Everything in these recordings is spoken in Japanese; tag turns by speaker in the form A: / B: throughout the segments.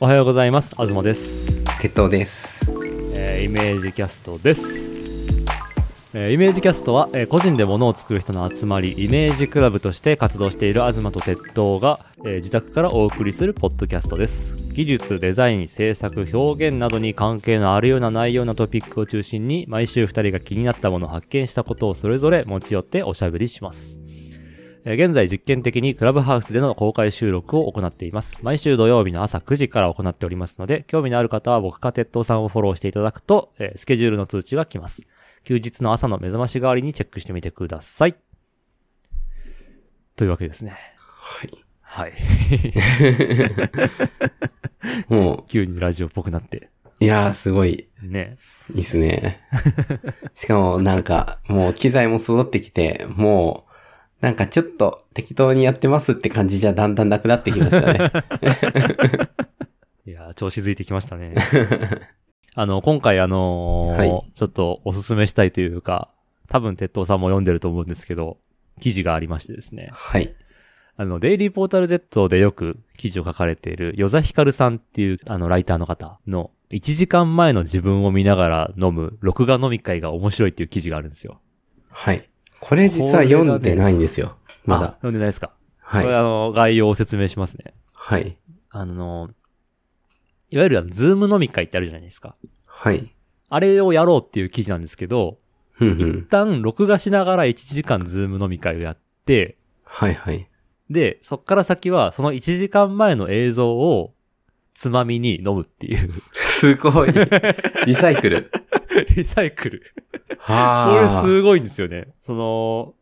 A: おはようございます。あずもです。
B: 鉄塔です。
A: えーイメージキャストです。えーイメージキャストは、えー個人で物を作る人の集まり、イメージクラブとして活動している東と鉄塔が、えー自宅からお送りするポッドキャストです。技術、デザイン、制作、表現などに関係のあるようなないようなトピックを中心に、毎週2人が気になったものを発見したことをそれぞれ持ち寄っておしゃべりします。えー現在実験的にクラブハウスでの公開収録を行っています。毎週土曜日の朝9時から行っておりますので、興味のある方は僕か鉄道さんをフォローしていただくと、えースケジュールの通知が来ます。休日の朝の目覚まし代わりにチェックしてみてください。というわけですね。
B: はい。
A: はい。
B: も
A: 急にラジオっぽくなって。
B: う、いやーすごい、
A: ね。
B: いいっ すね。しかもなんか、もう機材も揃ってきて、もう、なんかちょっと適当にやってますって感じじゃだんだんなくなってきました ね。
A: いやー、調子づいてきましたね。 あの、今回あのー
B: はい
A: ちょっとおすすめしたいというか、多分鉄道さんも読んでると思うんですけど、記事がありましてですね。
B: はい。
A: あの、デイリーポータル Z でよく記事を書かれている、与座ヒカルさんっていう、あの、ライターの方の、1時間前の自分を見ながら飲む、録画飲み会が面白いっていう記事があるんですよ。
B: はい。これ実は読んでないんですよ。ま
A: あ
B: だ。
A: 読んでないですか、
B: は
A: これ、
B: い。
A: あの、概要を説明しますね。
B: はい。
A: あの、いわゆる、あのズーム飲み会ってあるじゃないですか。
B: はい。
A: あれをやろうっていう記事なんですけど、
B: うんう
A: 一
B: ん。
A: 旦録画しながら1時間ズーム飲み会をやって、
B: はいはい。
A: で、そっから先は、その1時間前の映像を、つまみに飲むっていう、
B: すごい。リサイクル。
A: リサイクル。
B: は
A: こ
B: あ。
A: れすごいんですよね。その、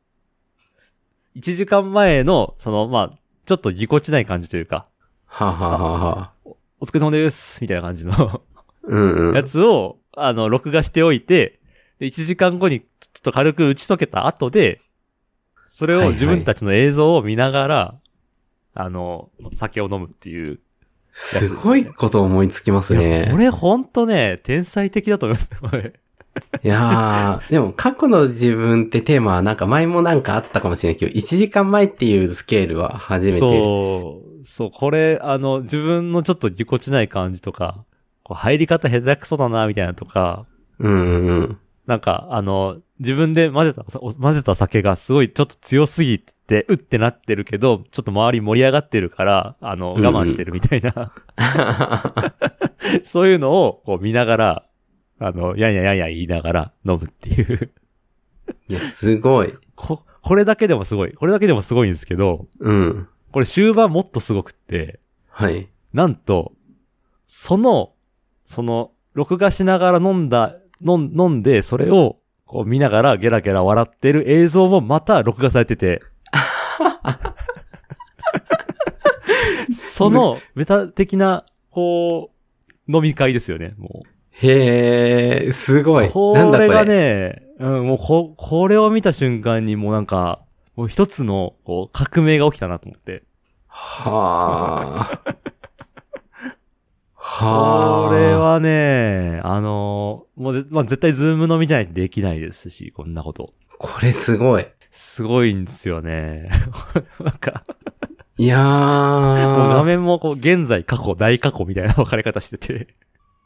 A: 1時間前の、その、まあ、ちょっとぎこちない感じというか、
B: はあはあはあはあ。
A: お疲れ様ですみたいな感じの
B: うんう
A: や
B: ん。
A: つを、あの、録画しておいて、で、1時間後にちょっと軽く打ち解けた後で、それ
B: はい
A: を
B: はい
A: 自分たちの映像を見ながら、あの、酒を飲むっていう。
B: すごいこと思いつきます
A: いや
B: ね
A: こ。れほんとね、天才的だと思いますね、これ。
B: いやー、でも過去の自分ってテーマはなんか前もなんかあったかもしれないけど、1時間前っていうスケールは初めて。
A: そう、そう、これ、あの、自分のちょっとぎこちない感じとか、こう入り方下手くそだな、みたいなとか、
B: う。うんう んうん。
A: なんか、あの、自分で混ぜた、お混ぜた酒がすごいちょっと強すぎて、うってなってるけど、ちょっと周り盛り上がってるから、あの、
B: うんうん
A: 我慢してるみたいな、 そういうのを、こう見ながら、あの、やんややんや言いながら飲むっていう。
B: いや、すごい。
A: こ、これだけでもすごい。これだけでもすごいんですけど、
B: うん。
A: これ終盤もっとすごくって、
B: はい。
A: なんと、その、その、録画しながら飲んだ、飲ん飲んで、それを、こう見ながらゲラゲラ笑ってる映像もまた録画されて て、その、メタ的な、こう、飲み会ですよね、もう。
B: へー、すごい。
A: こ
B: なんだ
A: れ
B: こ
A: が
B: れ。
A: ね、うん、もうこ、これを見た瞬間にもうなんか、もう一つの、こう、革命が起きたなと思って。
B: はー。はー。
A: これ。はね、あのーもうぜ、まあ、絶対ズーム飲みじゃないとできないですし、こんなこと。
B: これすごい。
A: すごいんですよね。 なんか、
B: いや
A: もう画
B: ー。
A: 面もこう、現在、過去、大過去みたいな分かれ方してて、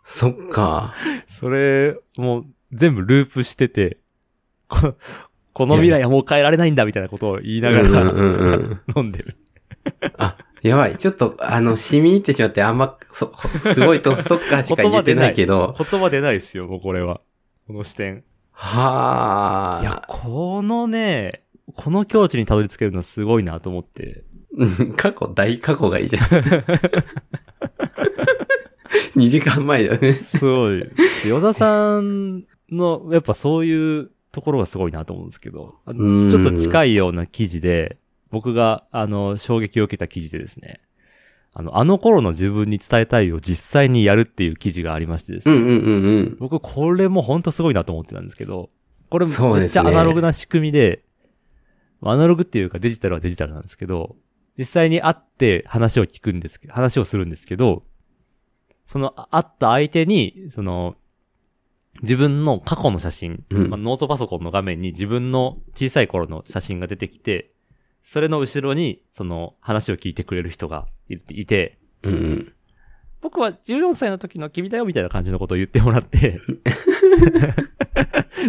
B: そっか。
A: それ、もう、全部ループしてて、ここの未来はもう変えられないんだみたいなことを言いながら、
B: うんうんうん
A: 飲んでる。
B: あ、やばい。ちょっと、あの、染み入ってしまって、あんま、そ、すご いと、そっかしか言えてないけど。
A: 言葉出ないですよ、もうこれは。この視点。
B: はあ。
A: いや、このね、この境地にたどり着けるのはすごいなと思って。
B: うん 過去、大過去がいいじゃん。2時間前だね。
A: すごい。与田さんの、やっぱそういうところがすごいなと思うんですけど、あち
B: うん
A: ょっと近いような記事で、僕が、あの、衝撃を受けた記事でですね、あの、あの頃の自分に伝えたいを実際にやるっていう記事がありましてです
B: う
A: ね、
B: んうんうんうん。
A: 僕これも本当すごいなと思ってたんですけど、これ
B: そう
A: め
B: で
A: っちゃ
B: す
A: ア
B: ね
A: ナログな仕組みで、アナログっていうかデジタルはデジタルなんですけど、実際に会って話を聞くんですけど、話をするんですけど、そのあ会った相手に、その、自分の過去の写真、
B: うん
A: まあ、ノートパソコンの画面に自分の小さい頃の写真が出てきて、それの後ろに、その話を聞いてくれる人がいいて、
B: うんうん。
A: 僕は14歳の時の君だよみたいな感じのことを言ってもら って、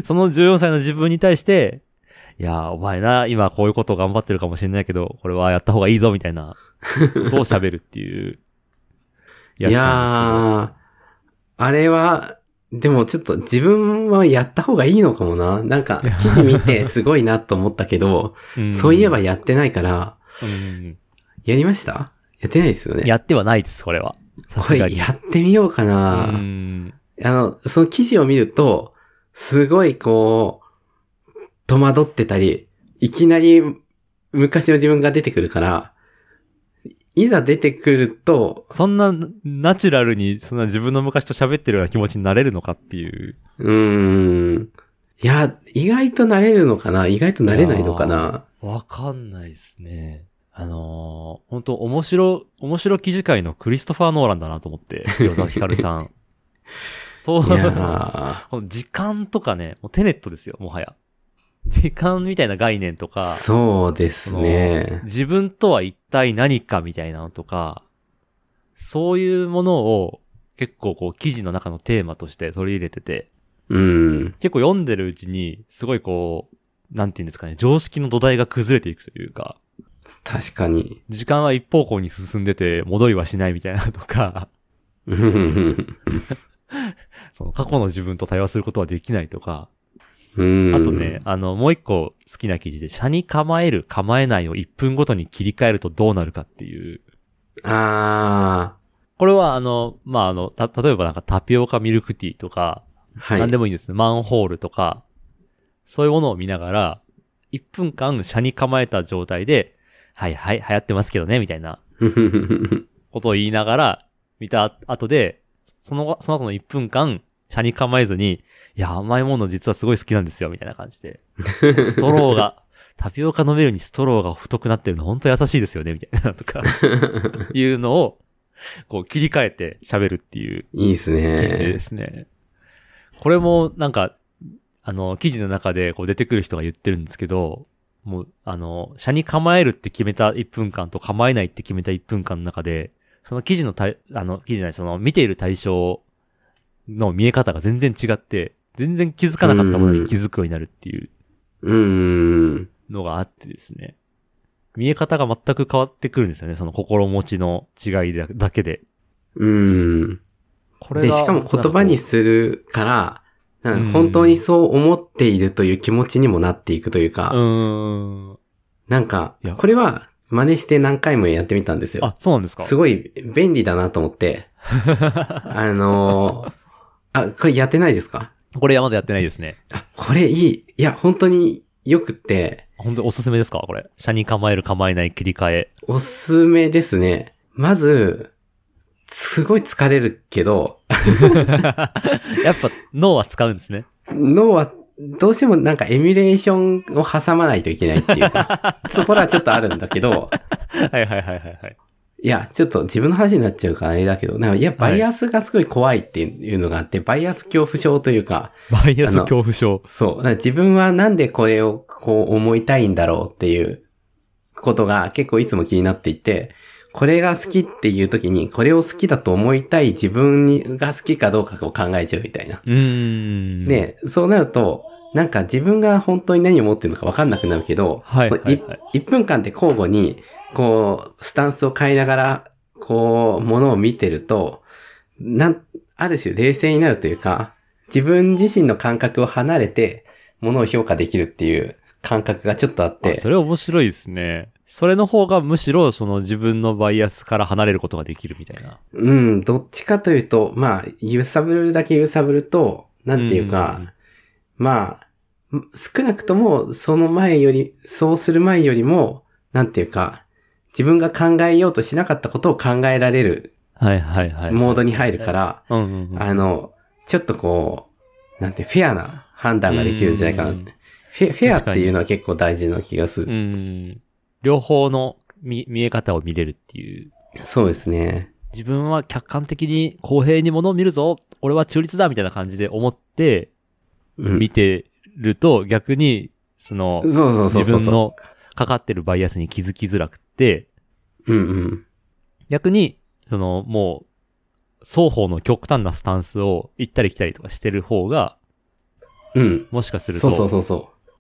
A: その14歳の自分に対して、いや、お前な、今こういうことを頑張ってるかもしれないけど、これはやった方がいいぞみたいなことを喋るっていう。
B: いやー、あれは、でもちょっと自分はやった方がいいのかもな。なんか、記事見てすごいなと思ったけど、
A: ー、ん
B: そういえば、やってないから、
A: うん
B: やりましたやってないですよね。
A: やってはないです、これは。さ
B: こ
A: すが
B: れ
A: に。
B: やってみようか
A: う
B: な。
A: ん
B: あの、その記事を見ると、すごいこう、戸惑ってたり、いきなり昔の自分が出てくるから、いざ出てくると、
A: そんなナチュラルに、そんな自分の昔と喋ってるような気持ちになれるのかっていう。
B: うーん、いや、意外となれるのかな意外となれないのかな
A: わかんないですね。あのー、本当面白、面白記事会のクリストファー・ノーランだなと思 って、黒沢光さん。そう、
B: いや
A: こ
B: ー
A: の時間とかね、もうテネットですよ、もはや。時間みたいな概念とか、
B: そうですね。
A: 自分とは一体何かみたいなのとか、そういうものを結構こう記事の中のテーマとして取り入れてて、
B: うん。
A: 結構読んでるうちに、すごいこう、なんていうんですかね、常識の土台が崩れていくというか、
B: 確かに。
A: 時間は一方向に進んでて戻りはしないみたいなと か、
B: うん。
A: その過去の自分と対話することはできないとか、
B: うん
A: あとね、。あの、もう一個好きな記事で、車に構える、構えないを1分ごとに切り替えるとどうなるかっていう。
B: あ
A: これはあの、まあ、あの、た、例えばなんかタピオカミルクティーとか、
B: ー。はい。
A: 何でもいいんですね。マンホールとか、そういうものを見ながら、1分間車に構えた状態で、はいはい、流行ってますけどね、みたいなことを言いながら、見た後で、その、その後の1分間、車に構えずに、いや、甘いもの実はすごい好きなんですよ、みたいな感じで。ストローが、タピオカ飲めるようにストローが太くなってるの本当優しいですよね、みたいなとか、いうのを、こう切り替えて喋るっていう。
B: いいです
A: 記事で
B: ね
A: で。すね。これもなんか、あの、記事の中でこう出てくる人が言ってるんですけど、もう、あの、車に構えるって決めた1分間と構えないって決めた1分間の中で、その記事の対、あの、記事じゃない、その見ている対象の見え方が全然違って、全然気づかなかったものに気づくようになるっていう
B: うん。
A: のがあってですね。見え方が全く変わってくるんですよね、その心持ちの違いだだけで。
B: うん。
A: これ
B: で、
A: が
B: しかも言葉にするから、
A: んかこう
B: なんか本当にそう思っているという気持ちにもなっていくという
A: う
B: か、
A: ーん。
B: なんか
A: いや、
B: これは真似して何回もやってみたんですよ。
A: あ、そうなんですか
B: すごい便利だなと 思って、あのーあ、これやってないですか
A: これまだやってないですね。
B: あ、これいい。いや、本当に良くて、
A: 本当におすすめですかこれ。車に構える構えない切り替 え。
B: おすすめですね。まず、すごい疲れるけど、
A: やっぱ脳は使うんですね。
B: 脳は、どうしてもなんかエミュレーションを挟まないといけないっていうか、そこらはちょっとあるんだけ
A: は
B: ど、
A: いはいはいはいはい。
B: いや、ちょっと自分の話になっちゃうからあれだけど、なんかいや、バイアスがすごい怖いっていうのがあって、バイアス恐怖症というか、
A: バイアス
B: あの
A: 恐怖症。
B: そう、だから自分はなんでこれをこう思いたいんだろうっていうことが結構いつも気になっていて、これが好きっていう時に、これを好きだと思いたい自分が好きかどうかを考えちゃうみたいな。
A: うーん。
B: で、そうなると、なんか自分が本当に何を持ってるのか分かんなくなるけど、
A: はい
B: その
A: はいはい
B: 1分間で交互に、こう、スタンスを変えながら、こう、ものを見てると、なん、ある種冷静になるというか、自分自身の感覚を離れて、ものを評価できるっていう感覚がちょっとあっ
A: あ
B: て
A: そ、れ面白いですね。それの方がむしろその自分のバイアスから離れることができるみたいな。
B: うん、どっちかというと、まあ、揺さぶるだけ揺さぶると、なんていうか、
A: うん
B: まあ、ん少なくとも、その前より、そうする前よりも、なんていうか、自分が考えようとしなかったことを考えられる
A: はいはいはい。
B: モードに入るから、
A: うんうんうん。
B: あの、ちょっとこう、なんて、フェアな判断ができるんじゃないかなって。フェフェアっていうのは結構大事な気がす
A: う
B: る。
A: ーん。両方の見見え方を見れるっていう。
B: そうですね。
A: 自分は客観的に公平に物を見るぞ俺は中立だみたいな感じで思って
B: うん
A: 見てると、逆に、その
B: そう、そうそ
A: 自
B: うそう
A: 分
B: そ
A: のかかってるバイアスに気づきづらくって、
B: う。うんうん。
A: 逆に、その、もう、双方の極端なスタンスを行ったり来たりとかしてる方が、
B: うん。
A: もしかすると、
B: そうそうそうそう。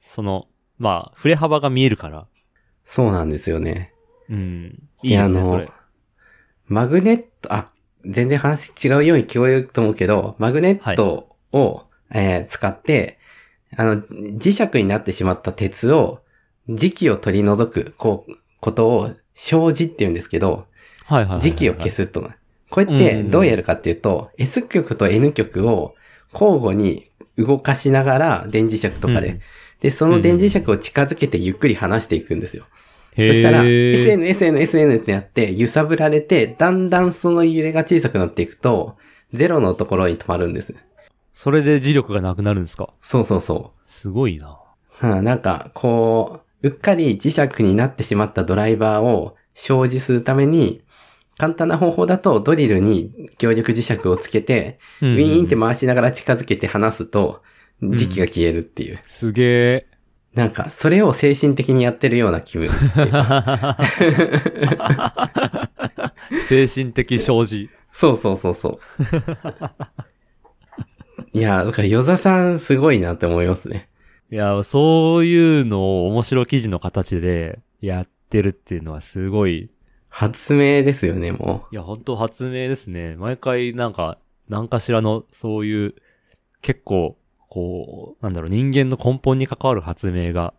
A: その、まあ、振れ幅が見えるから、
B: そうなんですよね。
A: うん。いいですね、
B: あの
A: それ。
B: マグネット、あ、全然話違うように聞こえると思うけど、マグネットを、えー使って、あの、磁石になってしまった鉄を、磁気を取り除く、こう、ことを、障子って言うんですけど、
A: はいはいはいはい。
B: 磁気を消すと。これっ
A: うんうん
B: て
A: うん
B: どうやるかっていうと、S 極と N 極を交互に動かしながら、電磁石とかで。
A: うん
B: で、その電磁石を近づけてゆっくり離していくんですよ。
A: へ
B: そしたら、
A: ー
B: SN、SN、SN ってなって、揺さぶられて、だんだんその揺れが小さくなっていくと、ゼロのところに止まるんです。
A: それで磁力がなくなるんですか
B: そうそうそ
A: すごいな。
B: う。はあ、なんか、こう、うっかり磁石になってしまったドライバーを生じするために、簡単な方法だとドリルに強力磁石をつけて、
A: ウ
B: ウィーンって回しながら近づけて離すと、磁気が消えるっていう。
A: すげえ。
B: なんか、それを精神的にやってるような気分。
A: 精神的障子。
B: そうそうそ うそう。いや、だから、ヨザさんすごいなって思いますね。
A: いや、そういうのを面白記事の形でやってるっていうのはすごい。
B: 発明ですよね、も
A: いや、本当発明ですね。毎回なんか、何かしらのそういう、結構、こう、なんだろう、人間の根本に関わる発明が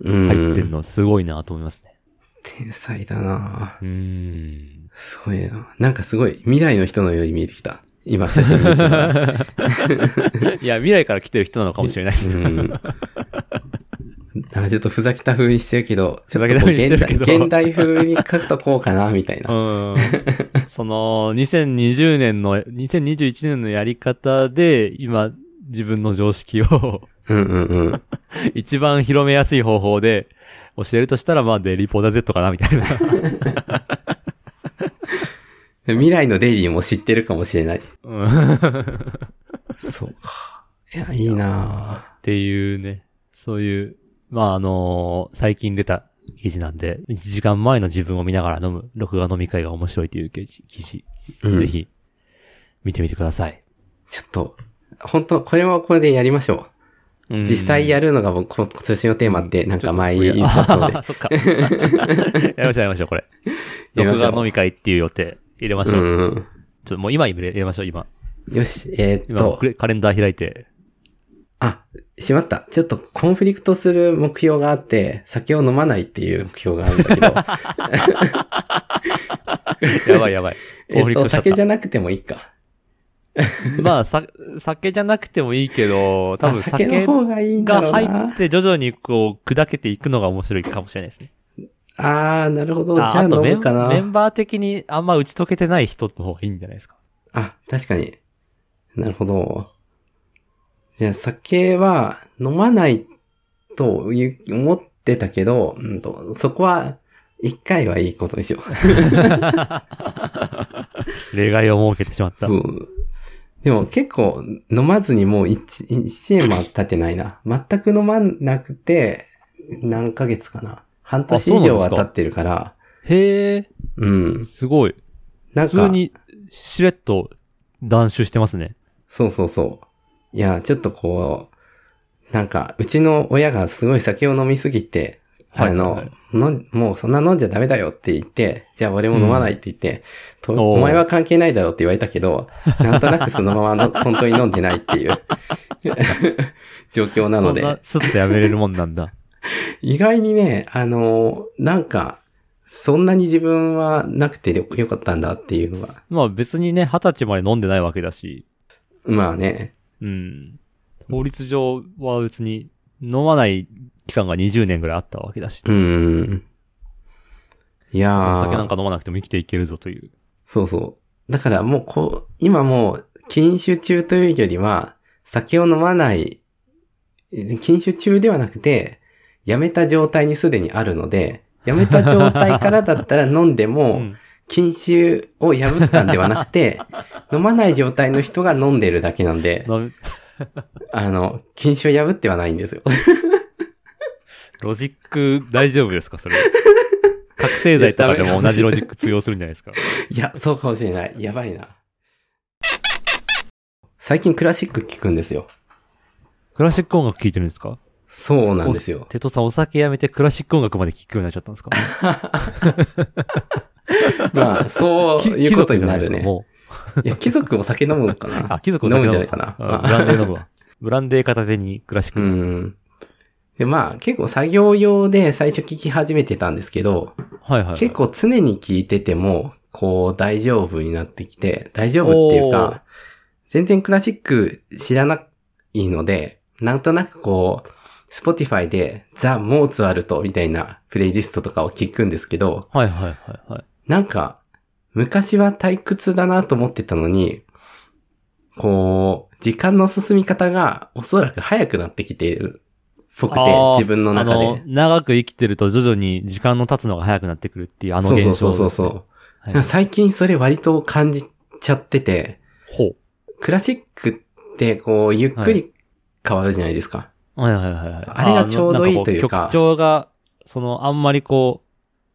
B: う。うん。
A: 入ってるのすごいなと思いますね。
B: 天才だな
A: うーん。
B: すごいななんかすごい、未来の人のように見えてきた。今、写真見てた ら
A: いや、未来から来てる人なのかもしれないです。
B: うん。なんかちょっとふざけた風にしてるけど、ちょっとこ
A: ふざけた
B: う
A: 風にしてる
B: 現
A: け
B: 代
A: ど
B: 現代風に書くとこうかな、みたいな。
A: うん。その、2020年の、2021年のやり方で、今、自分の常識を
B: うんうんうん。
A: 一番広めやすい方法で教えるとしたら、まあ、デリポーダ Z かな、みたいな。
B: 未来のデイリーも知ってるかもしれない。
A: うん
B: そうか。いや、いいな
A: っていうね、そういう、まあ、あのー最近出た記事なんで、1時間前の自分を見ながら飲む、録画飲み会が面白いという記事、記事
B: うん
A: ぜひ、見てみてください。
B: ちょっと、本当これはこれでやりましょ
A: う
B: う。
A: ん
B: 実際やるのが僕、こ今年のテーマって、なんか前
A: ちょっと
B: 言っちゃったので
A: あ。そっか。 やりましょう、やりましょう、これ。
B: やりま
A: 録
B: しょう
A: 画飲み会っていう予定、入れましょう。ちょ
B: うん
A: っともう今入れ入れましょう、今。
B: うん。よし、えーっ
A: 今、
B: と
A: ク、レカレンダー開いて。
B: あ、しまった。ちょっとコンフリクトする目標があって、酒を飲まないっていう目標があるん だけど、
A: やばいや ばい。
B: え
A: コンフ
B: ーっ
A: リクト
B: と、
A: しちゃった
B: 酒じゃなくてもいいか。
A: まあ、さ、酒じゃなくてもいいけど、多分
B: あ酒の
A: 酒
B: 方がいいんだろ
A: が
B: う
A: 入
B: な
A: っ。て徐々にこう、砕けていくのが面白いかもしれないですね。
B: あー、なるほど。じゃあ
A: あ
B: 飲
A: とメ
B: む
A: ン
B: か
A: メ
B: な。
A: ンバー的にあんま打ち解けてない人の方がいいんじゃないです か。
B: あ、確かに。なるほど。じゃあ酒は飲まないという思ってたけど、うんと、そこは一回はいいことにしよう。
A: 例外を設けてしまった。
B: そうでも結構飲まずにもう一一年も経ってないな。全く飲まなくて何ヶ月かな。半年以上は経ってるから。
A: へえ、
B: うん。
A: すごい。
B: なん
A: 普通
B: か、
A: に、しれっと、断酒してますね。
B: そうそうそう。いや、ちょっとこう、なんか、うちの親がすごい酒を飲みすぎて、
A: はい
B: あの、
A: はい
B: のんもうそんな飲んじゃダメだよって言って、じゃあ俺も飲まないって言って、と
A: おー
B: お前は関係ないだろうって言われた けど、なんとなくそのままの本当に飲んでないっていう状況なの
A: そんな
B: で、、
A: スッとやめれるもんなんだ。
B: 意外にね、あの、なんか、そんなに自分はなくてよよかったんだっていうのが、
A: まあ別にね、二十歳まで飲んでないわけだし、
B: まあね、
A: うん。法律上は別に飲まない期間が20年ぐらいあったわけだし、
B: うん。いや
A: そ
B: ー
A: の酒なんか飲まなくても生きていけるぞという。
B: そうそう。だからもうこう、今もう禁酒中というよりは、酒を飲まない、禁酒中ではなくて、やめた状態にすでにあるので、やめた状態からだっ たら飲んで
A: う
B: も、
A: ん。
B: 禁酒を破ったんではなく て、飲まない状態の人が飲んでるだけなんで、
A: 飲み
B: あの、禁酒を破ってはないんですよ。
A: ロジック大丈夫ですかそ れ。覚醒剤とかでも同じロジック通用するんじゃないですか。
B: いや、そうかもしれない。やばいな。最近クラシック聞くんですよ。
A: クラシック音楽聴いてるんですか
B: そうなんですよ
A: お。テトさん、お酒やめてクラシック音楽まで聴くようになっちゃったんですか
B: まあ、そう
A: き
B: いうことに
A: 貴族じ
B: なる
A: ゃいですか
B: ね。
A: も
B: いや、貴族お酒飲むのか
A: う。
B: な
A: あ、貴族の酒
B: 飲むん
A: 飲
B: じゃ
A: む
B: ないかな。
A: うんブランデー飲む わ。ブランデー片手にクラシック。
B: うん。で、まあ、結構作業用で最初聞き始めてたんですけど、
A: はいはいはい。
B: 結構常に聞いてても、こう、大丈夫になってきて、大丈夫っていう
A: おー
B: か、全然クラシック知らないので、なんとなくこう、Spotify でザ・モーツァルトみたいなプレイリストとかを聞くんですけど、
A: はいはいはいはい。
B: なんか、昔は退屈だなと思ってたのに、こう、時間の進み方がおそらく早くなってきているっぽくて
A: あー、
B: 自分の中
A: あの
B: で。
A: 長く生きてると徐々に時間の経つのが早くなってくるっていうあの
B: そう
A: 現象、
B: そうそうそう。
A: はい
B: なんか最近それ割と感じちゃってて、
A: ほ
B: クラシックってこう、ゆっくり変わるじゃないですか。
A: う。はいはいはいはい。
B: あれがちょうどいいというか
A: あのなんこ曲調が、その、あんまりこう、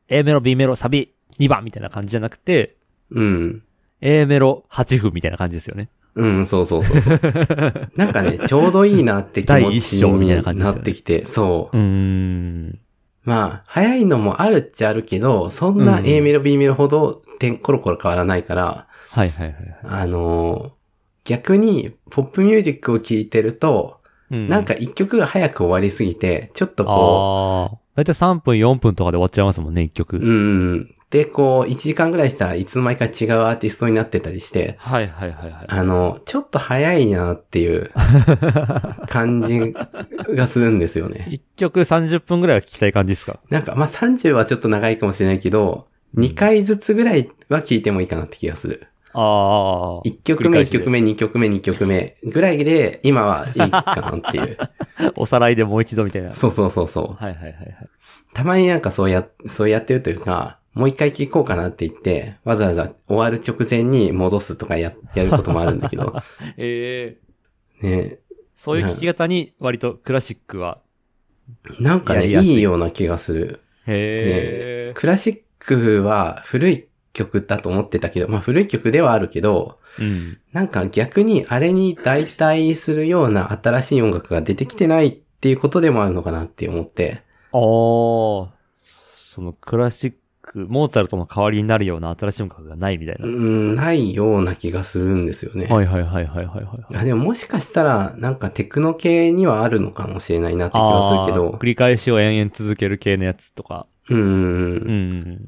A: A メロ、B メロ、サビ、2番みたいな感じじゃなくて、
B: うん。
A: A メロ8分みたいな感じですよね。
B: うん、そうそう そうそう。なんかね、ちょうどいいなって気
A: 第
B: 持
A: 一
B: ち
A: 章みたいな感
B: に
A: じです
B: な
A: よね
B: ってきて、そう
A: う。ーん。
B: まあ、早いのもあるっちゃあるけど、そんな
A: うん
B: A メロ B メロほど点コロコロ変わらないから、
A: はいはいはいはい。
B: あのー逆にポップミュージックを聴いてると、
A: うん
B: なんか一曲が早く終わりすぎて、ちょっとこ
A: ああ。だいたい3分、4分とかで終わっちゃいますもんね、1曲。
B: う、うん。で、こう、1時間ぐらいしたらいつの間にか違うアーティストになってたりして、
A: はいはいはいはい。
B: あの、ちょっと早いなっていう 感じがするんですよね。
A: 1曲30分ぐらいは聞きたい感じですか
B: なんか、まあ30はちょっと長いかもしれないけど、2回ずつぐらいは聴いてもいいかなって気がする。
A: あ
B: 一曲
A: 繰り
B: 目、
A: 返
B: 一
A: しで
B: 曲目、二曲目、二曲目ぐらいで、今はいいかなっ ていう。
A: あ。おさらいでもう一度みたいな。
B: そうそうそうそう。
A: はいはいはいはい。
B: たまになんかそうや、そうやってるというか、もう一回聞こうかなって言って、わざわざ終わる直前に戻すとかや、やることもあるんだ けど、
A: ええ
B: ね、
A: そういう聞き方に割とクラシックは。
B: なんかね、
A: やり
B: い
A: やすい
B: いような気がする。
A: へえ。
B: クラシックは古い曲だと思ってたけど、まあ古い曲ではあるけど、
A: うん。
B: なんか逆にあれに代替するような新しい音楽が出てきてないっていうことでもあるのかなって思って、
A: ああ。そのクラシック、モーツァルトの代わりになるような新しい音楽がないみたいうな。
B: ん、ないような気がするんですよね。
A: はいはいはいはいはいはい。
B: あでももしかしたら、なんかテクノ系にはあるのかもしれないなって気
A: あ
B: が
A: あ
B: するけど
A: 繰、り返しを延々続ける系のやつとか。
B: うん、
A: うんうん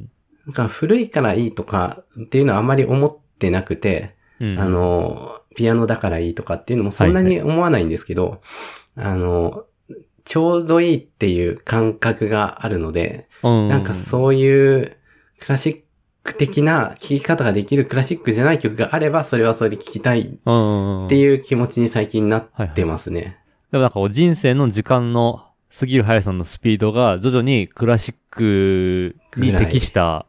B: なんか古いからいいとかっていうのはあまり思ってなくて、
A: うん。うん
B: あ、の、ピアノだからいいとかっていうのもそんなに思わないんですけど、あの、ちょうどいいっていう感覚があるので、
A: うん。
B: なんかそういうクラシック的な聴き方ができるクラシックじゃない曲があれば、それはそれで聴きたい
A: うん。
B: って
A: う。
B: いう気持ちに最近なってますね。
A: でもなんかこう人生の時間の過ぎる速さのスピードが徐々にクラシックに適した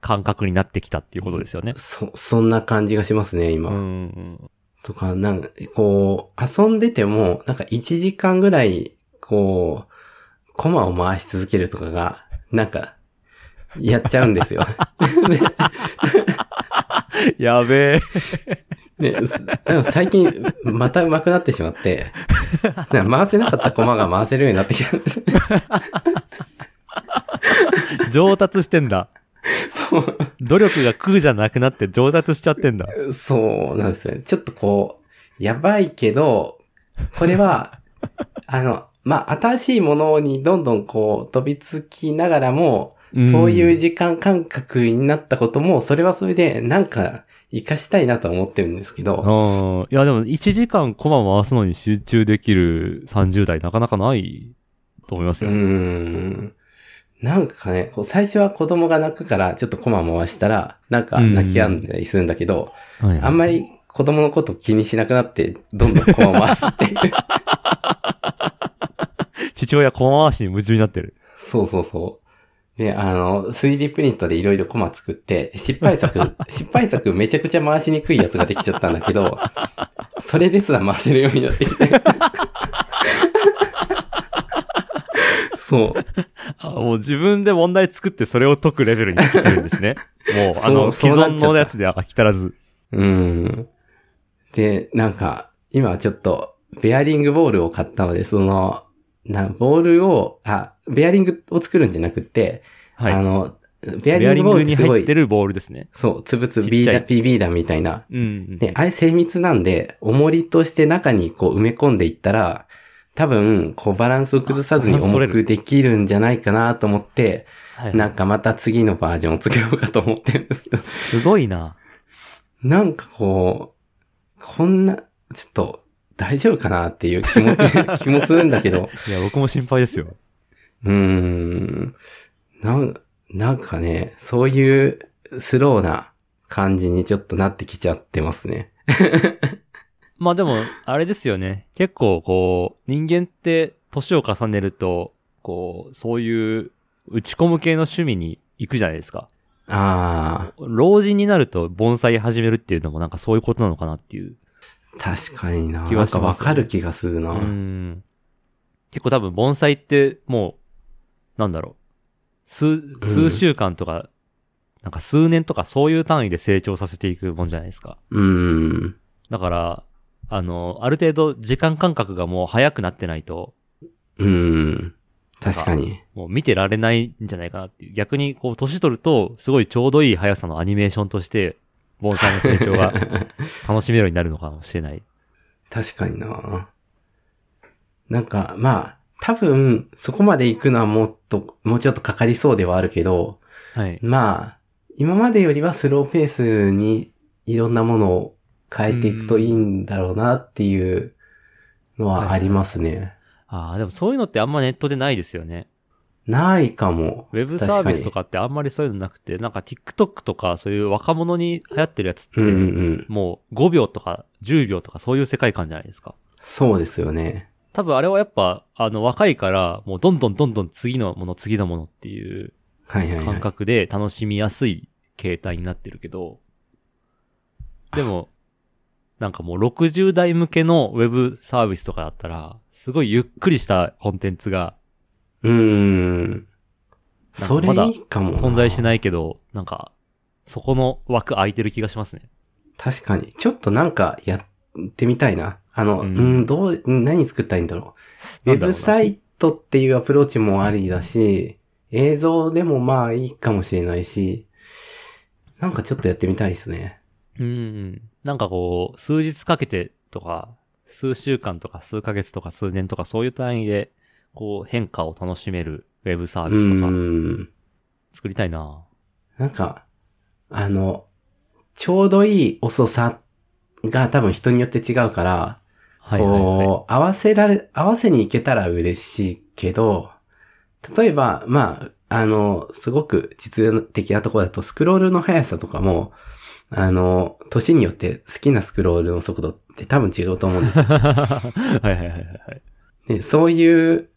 A: 感覚になってきたっていうことですよね。
B: そ、そんな感じがしますね、
A: う
B: 今。
A: んうん。
B: とか、なんか、こう、遊んでても、なんか1時間ぐらい、こう、コマを回し続けるとかが、なんか、やっちゃうんですよ。
A: やべえ。
B: ね、なんか最近、また上手くなってしまって、なんか回せなかったコマが回せるようになってきたんです。
A: 上達してんだ。
B: そう、
A: 努力が空じゃなくなって上達しちゃってんだ。
B: そうなんですよね。ちょっとこう、やばいけど、これは、あの、まあ、新しいものにどんどんこう、飛びつきながらも、そういう時間感覚になったことも、それはそれでなんか活かしたいなとは思ってるんですけど、
A: 間。うん。いやでも1時間コマ回すのに集中できる30代なかなかないと思います
B: うー
A: よ。
B: ん。なんかね、こう最初は子供が泣くからちょっとコマ回したら、なんか
A: うん
B: 泣き止んだりするんだけど、
A: はい
B: あんまり子供のこと気にしなくなって、どんどんコマ回すっていう。
A: 父親コマ回しに夢中になってる。
B: そうそうそう。で、あの、3D プリントでいろいろコマ作って、失敗作、 失敗作めちゃくちゃ回しにくいやつができちゃったんだけど、それですら回せるようになってきて。 そう。
A: あもう自分で問題作ってそれを解くレベルになってるんです ね。もう、
B: そう
A: あの、
B: そ
A: 既
B: うなっちゃった
A: 存のやつでは飽き足らず。
B: うん。で、なんか、今はちょっと、ベアリングボールを買ったので、その、な、ボールを、あ、ベアリングを作るんじゃなくて、
A: はい。
B: あの、ベア
A: ベアリ
B: リン
A: ン
B: グボー
A: グ
B: ルっ
A: に
B: てすご
A: 入っ
B: い
A: て、るボールですね。
B: そう、つぶつぶ
A: ちっちゃい
B: BB 弾みたいな。
A: うんうん。
B: で、あれ精密なんで、重りとして中にこう埋め込んでいったら、多分、こうバランスを崩さずに
A: あバランス取
B: 重
A: れる
B: くできるんじゃないかなと思って、
A: はい
B: なんかまた次のバージョンを作ろうかと思ってるんですけど、
A: すごいな。
B: なんかこう、こんな、ちょっと、大丈夫かなっていう気も、 気もするんだけど、
A: いや、僕も心配ですよ。
B: うーん、なん、なんかね、そういうスローな感じにちょっとなってきちゃってますね。
A: まあでも、あれですよね。結構こう、人間って年を重ねると、こう、そういう打ち込む系の趣味に行くじゃないですか。
B: あ
A: 老人になると盆栽始めるっていうのもなんかそういうことなのかなっていう。
B: ー、確かにな。
A: 気
B: な
A: はしま
B: ん
A: す
B: かわかる気がするな。
A: うん。結構多分盆栽ってもう、なんだろう。数、数週間とか、なんか数年とかそういう単位で成長させていくもんじゃないですか。
B: うーん。
A: だから、あの、ある程度時間感覚がもう早くなってないと、
B: うーん。確かに。
A: もう見てられないんじゃないかなっていう。逆にこう年取ると、すごいちょうどいい速さのアニメーションとして、盆栽の成長が楽しめるようになるのかもしれない。
B: 確かにな。なんか、まあ、多分、そこまで行くのはもっと、もうちょっとかかりそうではあるけど、
A: はい。
B: まあ、今までよりはスローペースにいろんなものを変えていくといいんだろうなっていうのはありますね。
A: ああ、でもそういうのってあんまネットでないですよね。
B: ないかも。
A: ウェブサービスとかってあんまりそういうのなくて、なんか TikTok とかそういう若者に流行ってるやつって、
B: うんうんうん。
A: もう5秒とか10秒とかそういう世界観じゃないですか。
B: そうですよね。
A: 多分あれはやっぱ、あの若いから、もうどんどんどんどん次のもの次のものっていう
B: はいはい、はい
A: 感。覚で楽しみやすい形態になってるけど、でも、なんかもう60代向けのウェブサービスとかだったら、すごいゆっくりしたコンテンツが
B: うーん。
A: なんか
B: それいいかも。
A: 存在し
B: い。
A: ないけど、なんか、そこの枠空いてる気がしますね。
B: 確かに。ちょっとなんかやってみたいな。あの、
A: う
B: うんん、どう、うん何作ったらいいんだろう。
A: な
B: ウ
A: ん
B: ェ
A: だろう
B: ブ
A: な
B: サイトっていうアプローチもありだし、映像でもまあいいかもしれないし、なんかちょっとやってみたいですね。
A: うん。なんかこう、数日かけてとか、数週間とか数ヶ月とか数年とかそういう単位で、こう変化を楽しめるウェブサー
B: う
A: ビスとか
B: ん。
A: 作りたいな
B: なんか、あの、ちょうどいい遅さが多分人によって違うから、
A: はいはいはい。
B: こう、合わせられ、合わせに行けたら嬉しいけど、例えば、まあ、あの、すごく実用的なところだと、スクロールの速さとかも、あの、年によって好きなスクロールの速度って多分違うと思う んですよ
A: はいはいはいはい。
B: ね、そういう、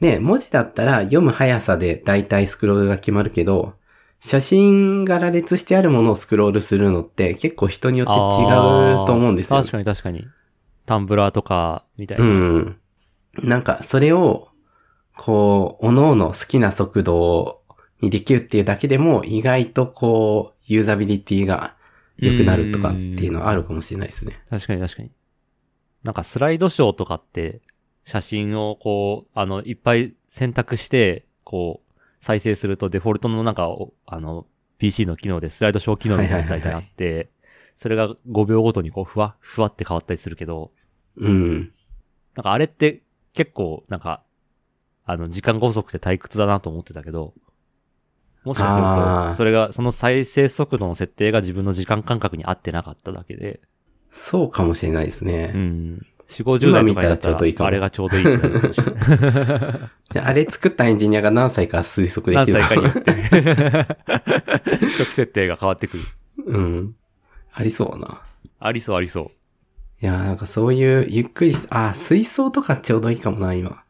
B: ね、文字だったら読む速さで大体スクロールが決まるけど、写真が羅列してあるものをスクロールするのって結構人によって違うと思うんですよ。
A: あー確かに確かに。タンブラーとか、みたいうな。
B: ん。なんか、それを、こう、おのの好きな速度にできるっていうだけでも、意外とこう、ユーザビリティが良くなるとかっていうのはあるかもしれないですね。
A: 確かに確かに。なんかスライドショーとかって、写真をこう、あの、いっぱい選択して、こう、再生するとデフォルトのなんか、おあの、PC の機能でスライドショー機能みたいなのが大体あって、それが5秒ごとにこう、ふわ、ふわって変わったりするけど、
B: うん。
A: なんかあれって結構、なんか、あの、時間が遅くて退屈だなと思ってたけど、もしかする
B: あ
A: と、
B: ー
A: それが、その再生速度の設定が自分の時間感覚に合ってなかっただけで、
B: そうかもしれないですね。
A: うん。四五十代とかになった、
B: 今見たらちょうどいいからも
A: あれがちょうどいいって なるかもしれない。
B: であれ作ったエンジニアが何歳か推測で
A: 何
B: きる
A: 歳かによって。 初期設定が変わってくる。
B: うん。ありそうな。
A: ありそうありそう。
B: いやー、なんかそういう、ゆっくりした、あー、水槽とかちょうどいいかもな、今。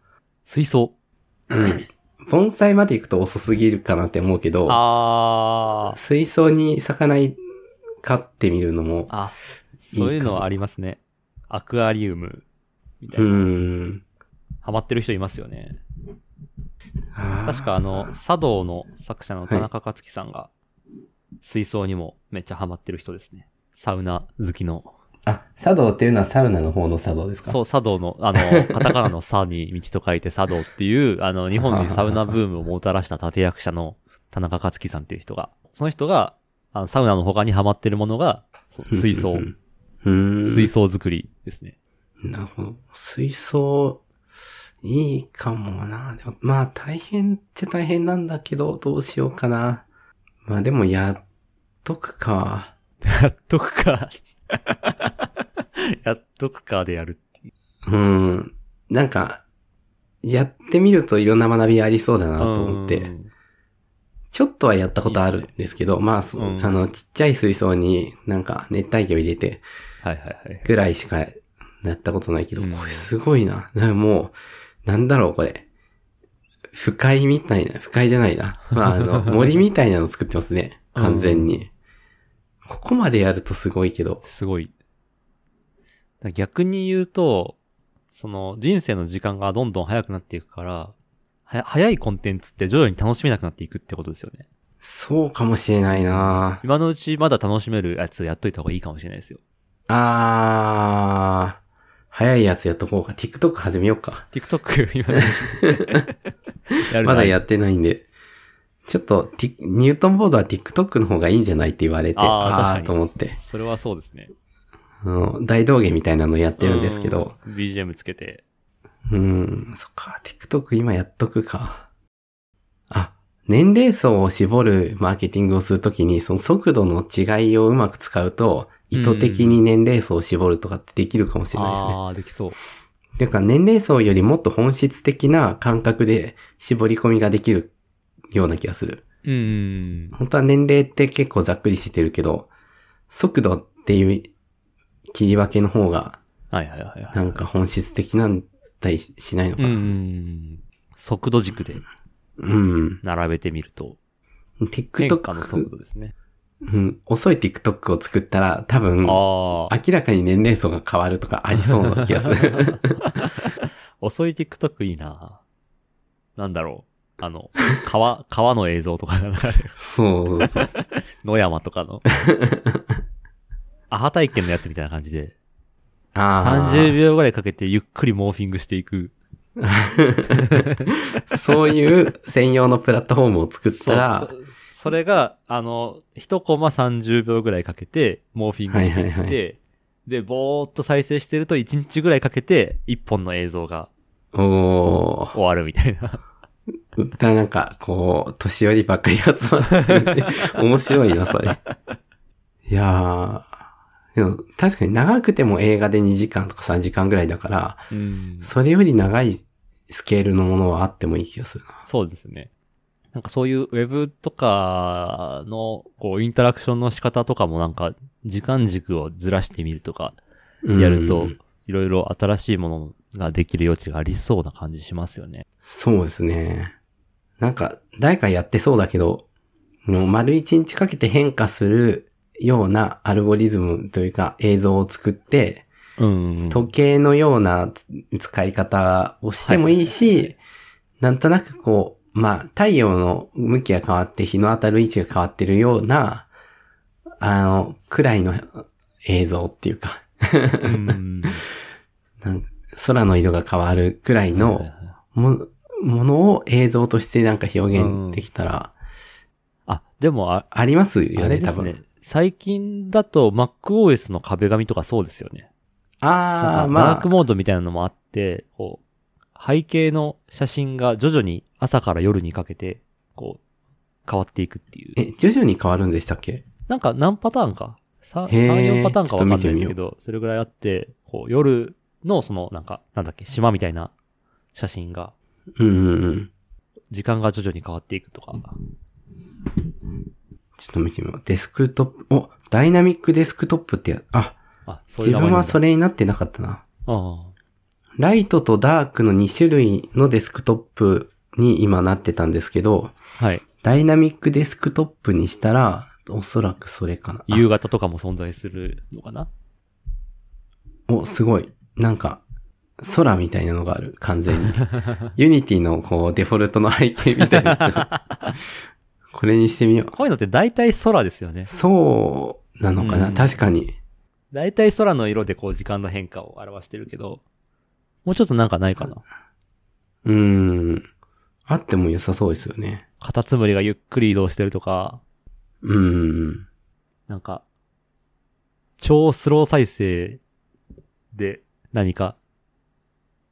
A: 水槽。
B: うん。盆栽まで行くと遅すぎるかなって思うけど。
A: あー。
B: 水槽に魚い飼ってみるのも、
A: あ、そういうのはありますね。アクアリウム。みた
B: う
A: い
B: ー
A: な。
B: ん。
A: ハマってる人いますよね。確
B: 確
A: かあの、茶道の作者の田中克樹さんが、水槽にもめっちゃハマってる人ですね。サウナ好きの。
B: あ、茶道っていうのはサウナの方の茶道ですか
A: そう、茶道の、あ の、カタカナの茶に道と書いて茶道っていう、あの、日本にサウナブームをもたらした立役者の田中克樹さんっていう人が、その人が、あのサウナの他にハマってるものが、そう水槽
B: う、ん。うん
A: 水槽作りですね。
B: なるほど。水槽、いいかもな。でも、まあ、大変っちゃ大変なんだけど、どうしようかな。まあ、でも、やっとくか。
A: やっとく か。やっとくかでやる。
B: うん。なんか、やってみるといろんな学びありそうだなと思っ
A: う
B: て、
A: ん
B: ちょっとはやったことあるんですけど、まあ、そ
A: うん
B: あの、ちっちゃい水槽になんか熱帯魚入れて
A: はいはいはい。
B: ぐらいしかやったことないけど、
A: うん
B: これすごいな。なんかもう、なんだろうこれ。不快みたいな、不快じゃないな。まあ、あの、森みたいなの作ってますね。完全に。ここまでやるとすごいけど。
A: すごい。だ逆に言うと、その人生の時間がどんどん早くなっていくから、はや早いコンテンツって徐々に楽しめなくなっていくってことですよね。
B: そうかもしれないな
A: 今のうちまだ楽しめるやつをやっといた方がいいかもしれないですよ。
B: あー、早いやつやっとこうか。TikTok 始めようか。
A: TikTok、今 のうち。やる
B: まだやってないんで。ちょっと、ティニュートンボードは TikTok の方がいいんじゃないって言われて、
A: あー確か
B: あー
A: に
B: と思って。
A: それはそうですね。
B: あの、大道芸みたいなのやってるんですけど。
A: うん。BGM つけて。
B: うん、そっか、TikTok 今やっとくか。あ、年齢層を絞るマーケティングをするときに、その速度の違いをうまく使うと、意図的に年齢層を絞るとかってできるかもしれないですね。
A: ああ、できそう。
B: なんか年齢層よりもっと本質的な感覚で絞り込みができるような気がする。
A: うん。
B: 本当は年齢って結構ざっくりしてるけど、速度っていう切り分けの方が
A: はいはいはい、はい。
B: なんか本質的なんだりしないのか
A: うん
B: な。
A: うんうん。速度軸で
B: うん。
A: 並べてみると、変化の
B: TikTok、
A: 速度ですね。
B: うん、遅い TikTok を作ったら多分、明
A: ああ。
B: らかに年齢層が変わるとかありそうな気がする。
A: 遅い TikTok いいななんだろう。あの、川、川の映像とかが 流れる。
B: そうそうそう。
A: 野山とかの。アハ体験のやつみたいな感じで、
B: あー
A: 30秒ぐらいかけてゆっくりモーフィングしていく。
B: そういう専用のプラットフォームを作ったら
A: そ、そそれが、あの、1コマ30秒ぐらいかけて、モーフィングしていって、
B: はいはいは
A: で、ぼーっと再生してると1日ぐらいかけて、1本の映像が
B: おー
A: 終わるみたいな。
B: だなんか、こう、年寄りばっかり集まってるんで面白いな、そ れ。いやー、でも確かに長くても映画で2時間とか3時間ぐらいだから、
A: うん
B: それより長いスケールのものはあってもいい気がするな。
A: そうですね。なんかそういうウェブとかの、こう、インタラクションの仕方とかもなんか、時間軸をずらしてみるとか、
B: うん
A: やると、いろいろ新しいものができる余地がありそうな感じしますよね。
B: そうですね。なんか、誰かやってそうだけど、もう丸一日かけて変化するようなアルゴリズムというか映像を作って、
A: うん。
B: 時計のようなつ使い方をしてもいいし、なんとなくこう、まあ、太陽の向きが変わって日の当たる位置が変わってるような、あの、くらいの映像っていうか、
A: うん
B: なんか空の色が変わるくらい
A: はいはい
B: の
A: はい
B: もものを映像としてなんか表現できたら、
A: あ、でもあ、
B: ありますよ
A: あ
B: ね、
A: れで
B: 多
A: すね
B: 分。。
A: 最近だと MacOS の壁紙とかそうですよね。
B: あ
A: な
B: あ、
A: んかダー
B: ま
A: クモードみたいなのもあって、こう、背景の写真が徐々に朝から夜にかけて、こう、変わっていくっていう。
B: え、徐々に変わるんでしたっけ
A: なんか何パターンか ?3、
B: へー
A: 4パターンかわかんないです
B: ちょ
A: け
B: っと見て
A: ど、それぐらいあって、こう、夜のその、なんか、なんだっけ、島みたいな写真が、
B: うんうんうん。
A: 時間が徐々に変わっていくとか。
B: ちょっと見てみよう。デスクトップ、お、ダイナミックデスクトップってや、あ、
A: あ、そうい
B: 自
A: う名前な
B: 分
A: ん
B: は
A: だ
B: それになってなかったな。
A: あ
B: ライトとダークの2種類のデスクトップに今なってたんですけど、
A: あはい。
B: ダイナミックデスクトップにしたら、おそらくそれかな。あ
A: 夕方とかも存在するのかな
B: お、すごい。なんか、空みたいなのがある、完 全に。ユニティのこう、デフォルトの背景みたいなやつ。これにしてみよう。
A: こういうのって大体空ですよね。
B: そうなのかな、
A: うん
B: 確かに。
A: 大体空の色でこう時間の変化を表してるけど、もうちょっとなんかないかな。
B: うーん。あっても良さそうですよね。
A: カタツムリがゆっくり移動してるとか、
B: うーん。
A: なんか、超スロー再生で何か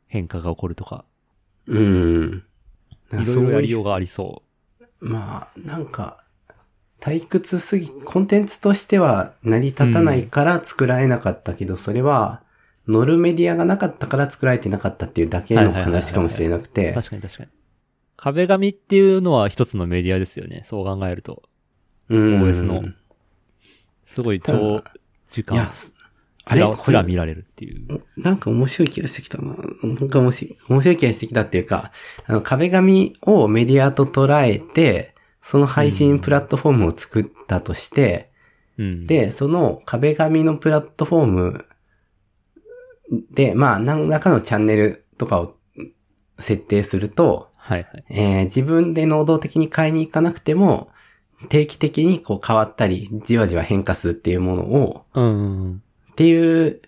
A: 変化が起こるとか、
B: うーん。
A: いろいろやりようがありそう。
B: まあ、なんか、退屈すぎ、コンテンツとしては成り立たないから作られなかったけど、それは、乗るメディアがなかったから作られてなかったっていうだけ
A: はい
B: の
A: はいはいはい
B: 話かもしれなくて、
A: 確かに確かに。壁紙っていうのは一つのメディアですよね。そう考えると。
B: うん
A: OS のすごい長時
B: いや
A: 間、、
B: あ
A: ち
B: れ
A: ら
B: こ
A: ちら見
B: れ、
A: られるっていう。
B: なんか面白い気がしてきたな。なんか面白い、面白い気がしてきたっていうか、あの、壁紙をメディアと捉えて、その配信プラットフォームを作ったとして、
A: うん。、
B: で、その壁紙のプラットフォームで、まあ、何らかのチャンネルとかを設定すると、
A: はいはい。
B: えー自分で能動的に買いに行かなくても、定期的にこう変わったり、じわじわ変化するっていうものを、
A: うんうんうん。
B: っていう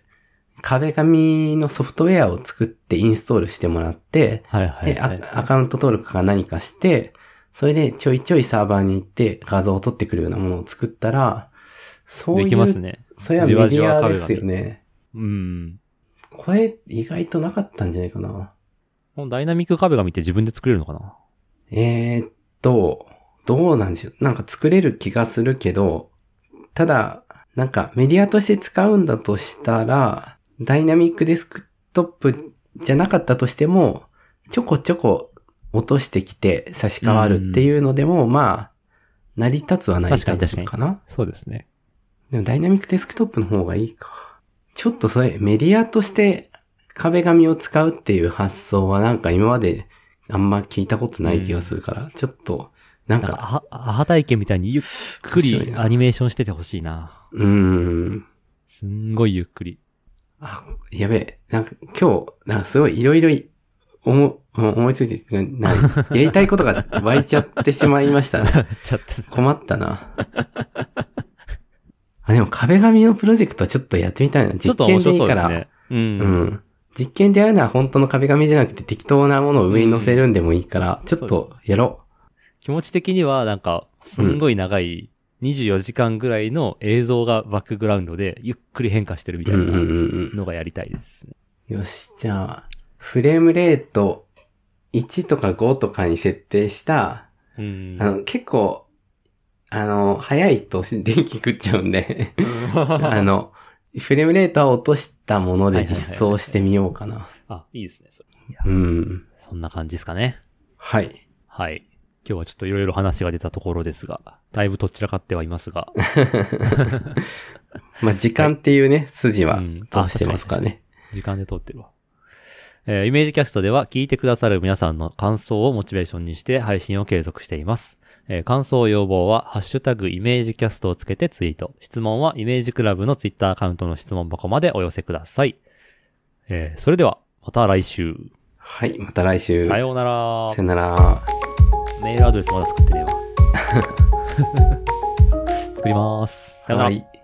B: 壁紙のソフトウェアを作ってインストールしてもらって、
A: はいはい、
B: で、
A: は
B: ア
A: い。
B: アカウント登録か何かして、それでちょいちょいサーバーに行って画像を取ってくるようなものを作ったら、そう
A: で
B: い
A: きま
B: う
A: すね。
B: それはメディアですよね。
A: うん。
B: これ意外となかったんじゃないかな。
A: このダイナミック壁紙って自分で作れるのかな
B: えー、っと、どうなんでしょう。なんか作れる気がするけど、ただ、なんかメディアとして使うんだとしたら、ダイナミックデスクトップじゃなかったとしても、ちょこちょこ落としてきて差し替わるっていうのでも、まあ、成り立つは成り立つの
A: 確
B: か
A: か
B: な。
A: そうですね。
B: でもダイナミックデスクトップの方がいいか。ちょっとそれ、メディアとして壁紙を使うっていう発想はなんか今まであんま聞いたことない気がするから、ちょっと、なん
A: なんか、
B: か、
A: アハアハ体験みたいにゆっく
B: 面白
A: り
B: いな
A: アニメーションしててほしいな。
B: うーん。
A: すんごいゆっく り。
B: あ、やべえ。なんか今日、なんかすごいいろいろい思、思いついて、な なやりたいことが湧いちゃってしまいましたね。
A: やっちゃった。
B: 困ったな。あ、でも壁紙のプロジェクトはちょっとやってみたいな。
A: ちょ
B: 実
A: っと
B: 験
A: 面白
B: でいい
A: そう
B: か
A: です
B: ら、
A: ね。う。
B: うんん。実験でやるのは本当の壁紙じゃなくて適当なものを上に載せるんでもいいから、ちょっとやろ
A: 気持ち的にはなんか、すんごい長い24時間ぐらいの映像がバックグラウンドでゆっくり変化してるみ
B: う。
A: たい
B: うんうん
A: な
B: うん
A: のがやりたいですね。
B: うん。よし、じゃあ、フレームレート1とか5とかに設定した、
A: うん。
B: あの、結構、あの、早いと電気食っちゃう んで、あの、フレームレートは落としたもので実装してみようかな。
A: あ、いいですね。それ
B: うん。
A: そんな感じですかね。
B: はい。
A: はい。今日はちょっといろいろ話が出たところですが、だいぶとっちらかってはいますが、
B: まあ、時間っていうね、筋は
A: うん
B: 通してますからね。
A: 時間で通ってるわ。えーイメージキャストでは聞いてくださる皆さんの感想をモチベーションにして配信を継続しています。えー感想要望は、ハッシュタグイメージキャストをつけてツイート。質問はイメージクラブのツイッターアカウントの質問箱までお寄せください。えーそれでは、また来週。
B: はい、また来週。
A: さようなら
B: さ。よなら。
A: メールアドレスまだ作ってねえわ。作ります。さようなら
B: は。い